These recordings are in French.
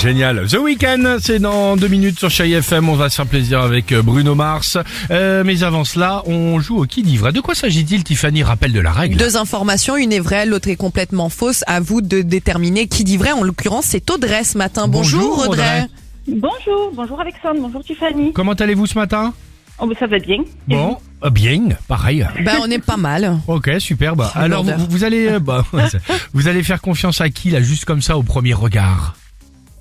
Génial. The Weeknd, c'est dans deux minutes sur Chai FM. On va se faire plaisir avec Bruno Mars. Euh, mais avant cela, on joue au qui dit vrai. De quoi s'agit-il, Tiffany Rappel de la règle. Deux informations, une est vraie, l'autre est complètement fausse. À vous de déterminer qui dit vrai. En l'occurrence, c'est Audrey ce matin. Bonjour, Bonjour, Audrey. Bonjour, bonjour Alexandre, bonjour Tiffany. Comment allez-vous ce matin Oh, bah, ça va bien. Et Bon, euh, bien, pareil. Ben, on est pas mal. Ok, superbe. Oh, Alors, bordel. vous, vous allez, euh, bah, vous allez faire confiance à qui là, juste comme ça au premier regard.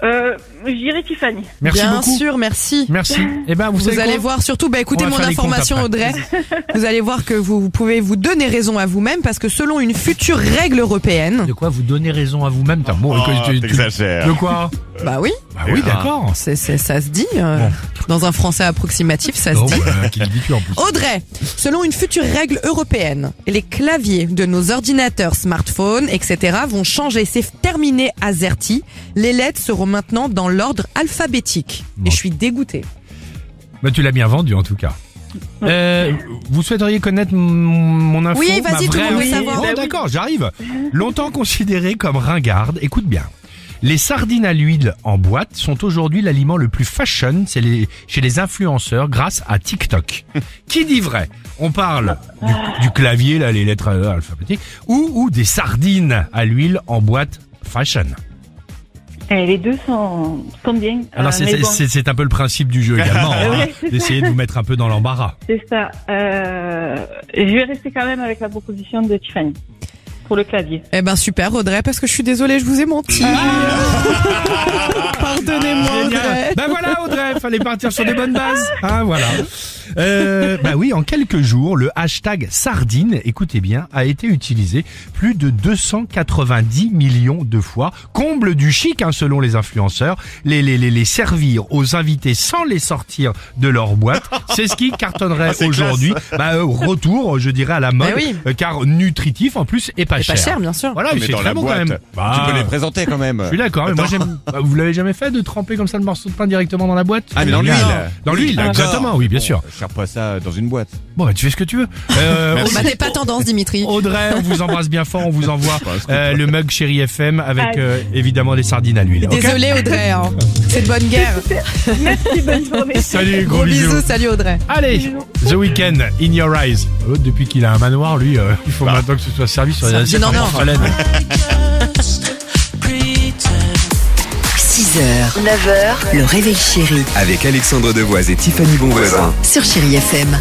vous Euh, J'irai Tiffany. Merci Bien beaucoup. sûr, merci. Merci. Eh ben, vous, Vous, savez quoi allez voir surtout, bah écoutez On va mon faire les information comptes Audrey, vous allez voir que vous, vous pouvez vous donner raison à vous-même parce que selon une future règle européenne, De quoi vous donnez raison à vous-même. Tiens, Bon, écoute, tu- tu- t'exagères. de quoi bah oui, Bah oui, d'accord. c'est c'est- ça se dit, euh, dans un français approximatif ça se Non, dit. bah, qui dit tu en plus. Audrey, selon une future règle européenne, les claviers de nos ordinateurs, smartphones, etc. vont changer. C'est terminé AZERTY. Les lettres seront maintenant dans l'ordre alphabétique. Et je suis dégoûtée. Bah, tu l'as bien vendu en tout cas. Euh, vous souhaiteriez connaître mon- mon info Oui, ma vas-y, tout le vraie monde veut info savoir. Bon, Bah oui. D'accord, j'arrive. Longtemps considéré comme ringarde, écoute bien. Les sardines à l'huile en boîte sont aujourd'hui l'aliment le plus fashion c'est les- chez les influenceurs grâce à TikTok. Qui dit vrai On parle du, du clavier, là, les lettres euh, alphabétiques, ou, ou des sardines à l'huile en boîte fashion. Eh, les deux sont, sont bien. Ah, Alors Ah Euh, c'est- mais c'est bon, c'est- c'est un peu le principe du jeu également, hein, Ouais, c'est ça. d'essayer de vous mettre un peu dans l'embarras. c'est ça. Euh, je vais rester quand même avec la proposition de Tiffany pour le clavier. Eh ben super Audrey, parce que je suis désolée, je vous ai menti. Pardonnez-moi Audrey. Ah Génial. Ben voilà Audrey, fallait partir sur des bonnes bases. Ah voilà. Euh, bah oui, en quelques jours, le hashtag sardine, écoutez bien, a été utilisé plus de 290 millions de fois. Comble du chic, hein, selon les influenceurs. Les, les, les, les servir aux invités sans les sortir de leur boîte, c'est ce qui cartonnerait Ah, c'est aujourd'hui. Bah, euh, retour, je dirais, à la mode, Ben oui. euh, car nutritif en plus et pas Pas cher. cher, bien sûr. Voilà, Mais c'est dans très la bon boîte, quand même. Bah, Tu peux les présenter quand même. je suis d'accord, mais moi j'aime. Bah, Vous l'avez jamais fait de tremper comme ça le morceau de pain directement dans la boîte Ah, mais dans l'huile. Dans l'huile, D'accord. exactement, oui, bien Bon, sûr. Je cherche pas Euh, ça dans une boîte. Bon, bah, tu fais ce que tu veux. Euh, Bon, bah t'es pas tendance Dimitri. Audrey, on vous embrasse bien fort, on vous envoie Parce que- euh, le mug Chéri FM avec euh, évidemment des sardines à l'huile. ok Désolée Audrey, hein. c'est de bonne guerre. Merci, bonne journée. Salut, gros Gros bisous. bisous, salut Audrey. Allez, The Weeknd, In Your Eyes. L'autre, depuis qu'il a un manoir, lui, euh, il faut maintenant que ce soit servi sur les Ça assiettes vient en d'en avoir. porcelaine. 6h, 9h, le réveil chéri Avec Alexandre Devoise et Tiffany Bonvoisin. sur Chéri FM.